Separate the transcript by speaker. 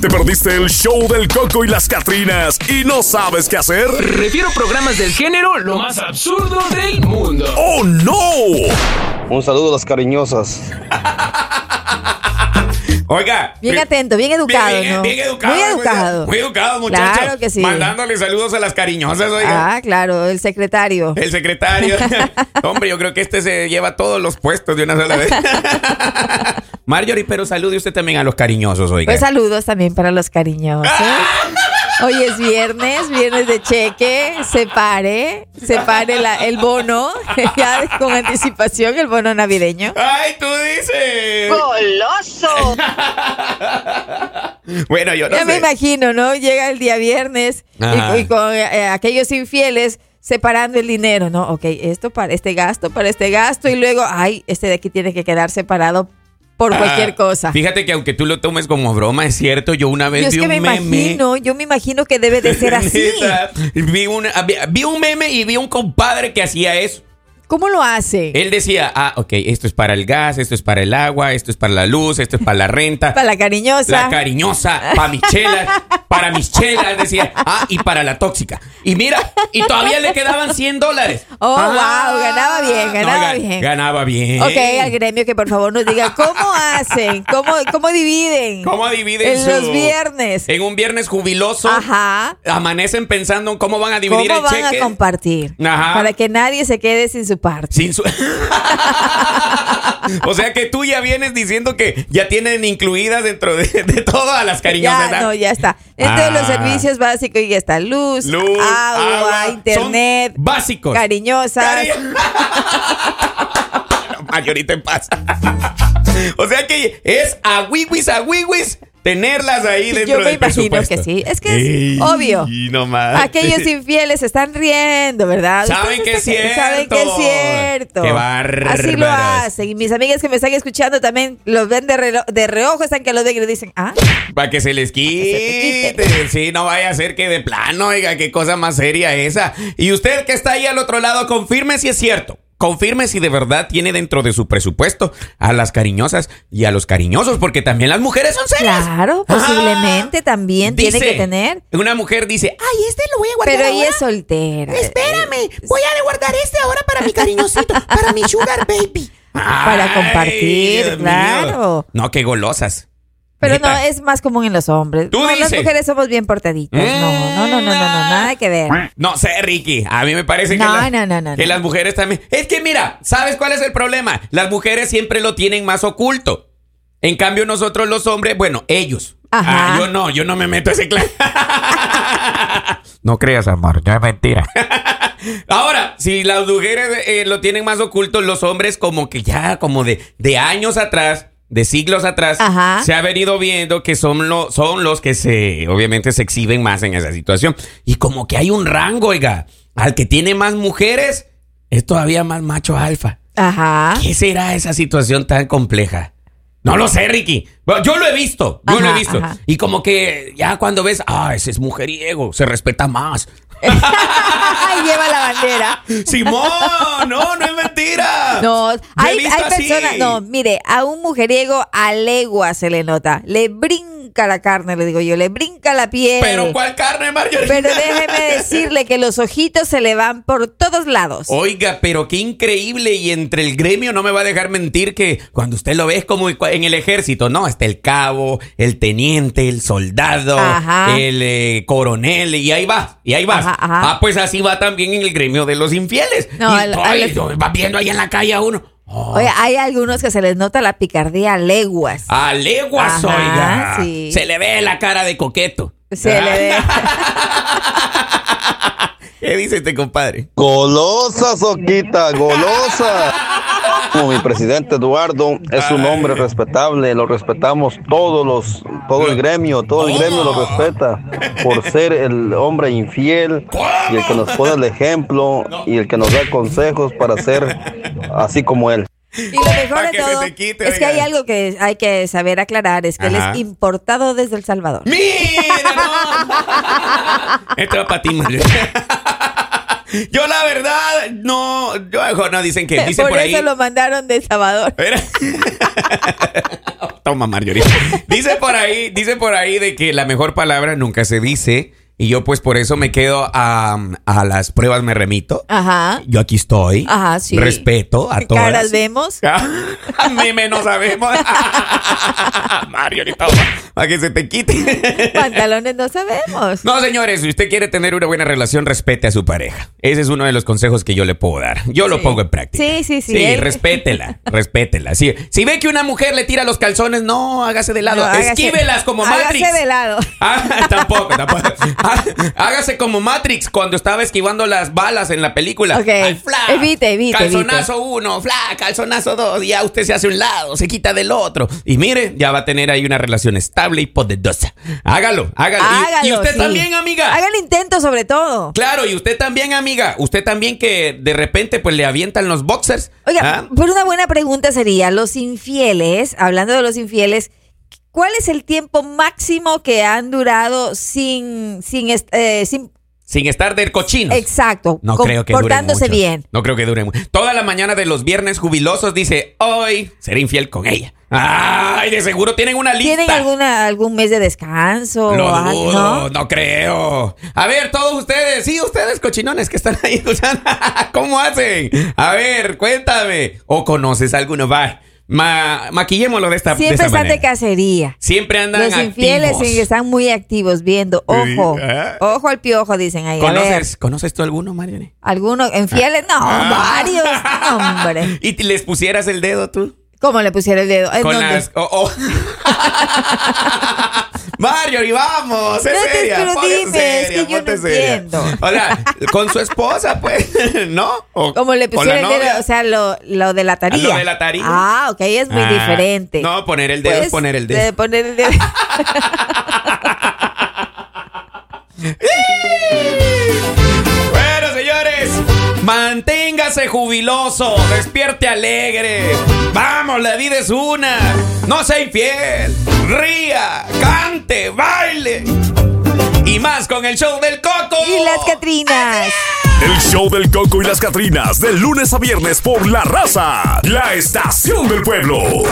Speaker 1: ¿Te perdiste el show del Coco y las Catrinas y no sabes qué hacer?
Speaker 2: Refiero programas del género lo más absurdo del mundo.
Speaker 1: ¡Oh, no!
Speaker 3: Un saludo a las cariñosas.
Speaker 4: Oiga.
Speaker 5: Bien atento, bien educado,
Speaker 4: Bien,
Speaker 5: ¿no?
Speaker 4: bien educado.
Speaker 5: Muy
Speaker 4: oiga.
Speaker 5: educado.
Speaker 4: Muy educado, muchachos.
Speaker 5: Claro que sí.
Speaker 4: Mandándole saludos a las cariñosas, oiga.
Speaker 5: Ah, claro, el secretario.
Speaker 4: El secretario. Hombre, yo creo que este se lleva todos los puestos de una sola vez. Marjorie, pero salude usted también a los cariñosos, oiga.
Speaker 5: Pues saludos también para los cariñosos. Hoy es viernes, viernes de cheque, separe, separe la, el bono, ya con anticipación el bono navideño.
Speaker 4: ¡Ay, tú dices!
Speaker 6: ¡Goloso!
Speaker 4: Bueno, yo no
Speaker 5: Ya me
Speaker 4: sé.
Speaker 5: imagino, ¿no? Llega el día viernes y-
Speaker 4: Ajá.
Speaker 5: y, con eh, aquellos infieles separando el dinero, ¿no? Ok, esto para este gasto, para este gasto y luego, ay, este de aquí tiene que quedar separado por cualquier
Speaker 4: Ah,
Speaker 5: cosa.
Speaker 4: Fíjate que aunque tú lo tomes como broma, es cierto, yo una vez
Speaker 5: Yo es
Speaker 4: vi
Speaker 5: que
Speaker 4: un
Speaker 5: me
Speaker 4: meme.
Speaker 5: imagino, yo me imagino que debe de ser así.
Speaker 4: Neta, vi, una- vi- vi un meme y vi un compadre que hacía eso.
Speaker 5: ¿Cómo lo hace?
Speaker 4: Él decía, ah, ok, esto es para el gas, esto es para el agua, esto es para la luz, esto es para la renta.
Speaker 5: Para la cariñosa.
Speaker 4: La cariñosa, para mis chelas, para mis chelas, decía, ah, y para la tóxica. Y mira, y todavía le quedaban 100 dólares.
Speaker 5: Oh,
Speaker 4: Ah.
Speaker 5: wow, ganaba bien, ganaba
Speaker 4: gan-
Speaker 5: bien.
Speaker 4: Ganaba bien.
Speaker 5: Ok, al gremio que por favor nos diga cómo hacen, cómo, cómo dividen.
Speaker 4: ¿Cómo dividen
Speaker 5: En los
Speaker 4: su- Eh,
Speaker 5: viernes.
Speaker 4: En un viernes jubiloso.
Speaker 5: Ajá.
Speaker 4: Amanecen pensando en cómo van a dividir
Speaker 5: ¿Cómo
Speaker 4: el
Speaker 5: van
Speaker 4: cheque.
Speaker 5: a compartir?
Speaker 4: Ajá.
Speaker 5: Para que nadie se quede sin su parte.
Speaker 4: Sin su- o sea que tú ya vienes diciendo que ya tienen incluidas dentro de, de todo a las cariñosas.
Speaker 5: Ya,
Speaker 4: ¿ah?
Speaker 5: no, ya está. Entre
Speaker 4: Ah.
Speaker 5: los servicios básicos ya está luz,
Speaker 4: Luz,
Speaker 5: agua,
Speaker 4: agua,
Speaker 5: internet,
Speaker 4: son básicos.
Speaker 5: cariñosas.
Speaker 4: Cari- Mayorita en paz. o sea que es a wiwis, a wiwis tenerlas ahí dentro
Speaker 5: Yo me
Speaker 4: del
Speaker 5: imagino
Speaker 4: presupuesto.
Speaker 5: que sí. Es que es
Speaker 4: Ey,
Speaker 5: obvio.
Speaker 4: no más.
Speaker 5: Aquellos infieles se están riendo, ¿verdad?
Speaker 4: Ah, Saben
Speaker 5: Ustedes
Speaker 4: que es
Speaker 5: se- Saben que es
Speaker 4: cierto.
Speaker 5: cierto.
Speaker 4: Qué bárbaros.
Speaker 5: Así lo hacen. Y mis amigas que me están escuchando también los ven de, relo- de reojo, están que los ven y le dicen, ah,
Speaker 4: Para que se les
Speaker 5: se
Speaker 4: quite.
Speaker 5: te
Speaker 4: Sí, no vaya a ser que de plano, oiga, qué cosa más seria esa. Y usted que está ahí al otro lado, confirme si es cierto. Confirme si de verdad tiene dentro de su presupuesto a las cariñosas y a los cariñosos, porque también las mujeres son serias.
Speaker 5: claro,
Speaker 4: Ah,
Speaker 5: posiblemente también tiene
Speaker 4: dice,
Speaker 5: que tener.
Speaker 4: Una mujer dice, ay, este lo voy a guardar.
Speaker 5: Pero
Speaker 4: ahora.
Speaker 5: ella es soltera. Eh,
Speaker 4: Espérame, voy a guardar este ahora para mi cariñosito, para mi sugar baby.
Speaker 5: Para compartir, claro.
Speaker 4: No, qué golosas.
Speaker 5: Pero no,
Speaker 4: Neta.
Speaker 5: es más común en los hombres.
Speaker 4: Tú
Speaker 5: no, las
Speaker 4: dices. "Ah".
Speaker 5: mujeres somos bien portaditas. No, no, no, no, no, no, nada que ver.
Speaker 4: No sé, Ricky. A mí me parece
Speaker 5: No,
Speaker 4: que, las,
Speaker 5: no, no, no,
Speaker 4: que
Speaker 5: no.
Speaker 4: las mujeres también. Es que mira, ¿sabes cuál es el problema? Las mujeres siempre lo tienen más oculto. En cambio, nosotros los hombres, bueno, ellos.
Speaker 5: Ajá.
Speaker 4: Ah, yo no, yo no me meto a ese clan. no creas, amor, no es mentira. Ahora, si las mujeres eh, lo tienen más oculto, los hombres como que ya, como de, de años atrás, de siglos atrás,
Speaker 5: Ajá.
Speaker 4: se ha venido viendo que son, lo- son los que se, obviamente, se exhiben más en esa situación. Y como que hay un rango, oiga, al que tiene más mujeres, es todavía más macho alfa.
Speaker 5: Ajá.
Speaker 4: ¿Qué será esa situación tan compleja? No lo sé, Ricky. Bueno, Yo lo he visto, yo lo he
Speaker 5: Ajá,
Speaker 4: visto.
Speaker 5: ajá.
Speaker 4: Y como que ya cuando ves, ah, ese es mujeriego, se respeta más.
Speaker 5: Ahí lleva la bandera.
Speaker 4: Simón, no, no es mentira.
Speaker 5: No,
Speaker 4: Yo he
Speaker 5: hay,
Speaker 4: visto
Speaker 5: hay
Speaker 4: así.
Speaker 5: personas. No, mire, a un mujeriego a legua se le nota. Le brinca la carne, le digo yo, le brinca la piel.
Speaker 4: Pero ¿cuál carne, Mario?
Speaker 5: Pero déjeme decirle que los ojitos se le van por todos lados.
Speaker 4: Oiga, pero qué increíble y entre el gremio no me va a dejar mentir que cuando usted lo ve es como en el ejército, ¿no? Está el cabo, el teniente, el soldado,
Speaker 5: Ajá.
Speaker 4: el eh, coronel y ahí va, y ahí va.
Speaker 5: Ajá, ajá.
Speaker 4: Ah, pues así va también en el gremio de los infieles.
Speaker 5: No,
Speaker 4: y
Speaker 5: al-
Speaker 4: tú,
Speaker 5: al-
Speaker 4: ay, lo va viendo ahí en la calle a uno. Oh,
Speaker 5: Oye, hay algunos que se les nota la picardía a leguas.
Speaker 4: a leguas,
Speaker 5: Ajá,
Speaker 4: oiga.
Speaker 5: sí.
Speaker 4: Se le ve la cara de coqueto.
Speaker 5: Se le ve.
Speaker 4: ¿Qué dice este compadre?
Speaker 3: Golosa, Soquita, golosa. Como mi presidente Eduardo es un hombre respetable, lo respetamos todos los, todo el gremio, todo el gremio lo respeta por ser el hombre infiel y el que nos pone el ejemplo y el que nos da consejos para ser así como él.
Speaker 5: Y lo mejor
Speaker 4: Para
Speaker 5: de
Speaker 4: que se
Speaker 5: todo
Speaker 4: te quite,
Speaker 5: es que hay
Speaker 4: oiga.
Speaker 5: algo que hay que saber aclarar, es que él
Speaker 4: Ajá.
Speaker 5: es importado desde El Salvador.
Speaker 4: ¡Mira! no! Esto va para ti, Mario. Yo la verdad, no, yo, no dicen que dicen
Speaker 5: por,
Speaker 4: por, ahí.
Speaker 5: eso lo mandaron de Salvador.
Speaker 4: Espera. Toma, Marjorie. Dice por ahí, dice por ahí de que la mejor palabra nunca se dice. Y yo, pues, por eso me quedo a, a las pruebas me remito.
Speaker 5: Ajá.
Speaker 4: Yo aquí estoy.
Speaker 5: Ajá, sí.
Speaker 4: Respeto a
Speaker 5: ¿Qué
Speaker 4: todas.
Speaker 5: caras vemos?
Speaker 4: A mí menos sabemos. Mario, ahorita va- para que se te quite.
Speaker 5: Pantalones no sabemos.
Speaker 4: No, señores, si usted quiere tener una buena relación, respete a su pareja. Ese es uno de los consejos que yo le puedo dar. Yo lo
Speaker 5: Sí.
Speaker 4: pongo en práctica.
Speaker 5: Sí, sí, sí.
Speaker 4: Sí,
Speaker 5: Eh.
Speaker 4: respétela, respétela. Sí, si ve que una mujer le tira los calzones, no, hágase de lado.
Speaker 5: No, hágase-
Speaker 4: Esquívelas como
Speaker 5: hágase
Speaker 4: Matrix.
Speaker 5: de lado.
Speaker 4: Ah, tampoco, tampoco. Ah, Hágase como Matrix cuando estaba esquivando las balas en la película.
Speaker 5: Ok.
Speaker 4: Ay, fla,
Speaker 5: Evite, evite,
Speaker 4: Calzonazo uno, fla, calzonazo dos. Y ya usted se hace un lado, se quita del otro. Y mire, ya va a tener ahí una relación estable y poderosa. Hágalo, hágalo. Y-
Speaker 5: Hágalo.
Speaker 4: y, usted
Speaker 5: sí.
Speaker 4: también, amiga.
Speaker 5: Haga el intento sobre todo.
Speaker 4: Claro, y usted también, amiga. Usted también que de repente pues le avientan los boxers.
Speaker 5: Oiga,
Speaker 4: ¿ah?
Speaker 5: pero una buena pregunta sería, los infieles, hablando de los infieles, ¿cuál es el tiempo máximo que han durado sin, sin, est- eh, sin
Speaker 4: sin estar del cochino.
Speaker 5: exacto,
Speaker 4: No
Speaker 5: con-
Speaker 4: creo que
Speaker 5: portándose
Speaker 4: dure mucho.
Speaker 5: bien?
Speaker 4: No creo que dure mucho. Toda la mañana de los viernes jubilosos dice, hoy seré infiel con ella. Ay, de seguro tienen una lista.
Speaker 5: ¿Tienen alguna, algún mes de descanso?
Speaker 4: Lo
Speaker 5: Ah,
Speaker 4: dudo,
Speaker 5: ¿no?
Speaker 4: ¿no? creo. A ver, todos ustedes, sí, ustedes cochinones que están ahí escuchando, ¿cómo hacen? A ver, cuéntame. ¿O conoces alguno? Va, ma- maquillémoslo de esta, de
Speaker 5: Siempre
Speaker 4: esta
Speaker 5: están de
Speaker 4: manera.
Speaker 5: cacería.
Speaker 4: Siempre andan
Speaker 5: Los infieles
Speaker 4: activos.
Speaker 5: sí, están muy activos viendo, ojo,
Speaker 4: ah.
Speaker 5: ojo al piojo, dicen ahí. A ver,
Speaker 4: ¿Conoces, ¿Conoces tú alguno, Marione?
Speaker 5: algunos
Speaker 4: Ah.
Speaker 5: infieles, no, varios, hombre.
Speaker 4: ¿Y te- les pusieras el dedo tú?
Speaker 5: ¿Cómo le pusiera el dedo? ¿En
Speaker 4: Con
Speaker 5: dónde?
Speaker 4: las... oh, oh. Marjorie, vamos, es
Speaker 5: No te
Speaker 4: seria, ponte
Speaker 5: escrutines, que
Speaker 4: seria,
Speaker 5: yo no
Speaker 4: ponte seria.
Speaker 5: entiendo.
Speaker 4: O sea, con su esposa, pues, ¿no? O
Speaker 5: Como le
Speaker 4: con la
Speaker 5: pusieron el dedo,
Speaker 4: novia.
Speaker 5: o sea, lo, lo delataría.
Speaker 4: Ah, lo delataría.
Speaker 5: Ah, ok, es muy
Speaker 4: Ah,
Speaker 5: diferente.
Speaker 4: No, poner el dedo es
Speaker 5: Pues,
Speaker 4: poner el
Speaker 5: de
Speaker 4: dedo.
Speaker 5: poner el dedo.
Speaker 4: Bueno, señores, manténgase jubiloso, despierte alegre. Vamos, la vida es una. No sea infiel. Ría, cante, baile. Y más con el show del Coco.
Speaker 5: y las Catrinas.
Speaker 1: El show del Coco y las Catrinas, de lunes a viernes por La Raza, la estación del pueblo.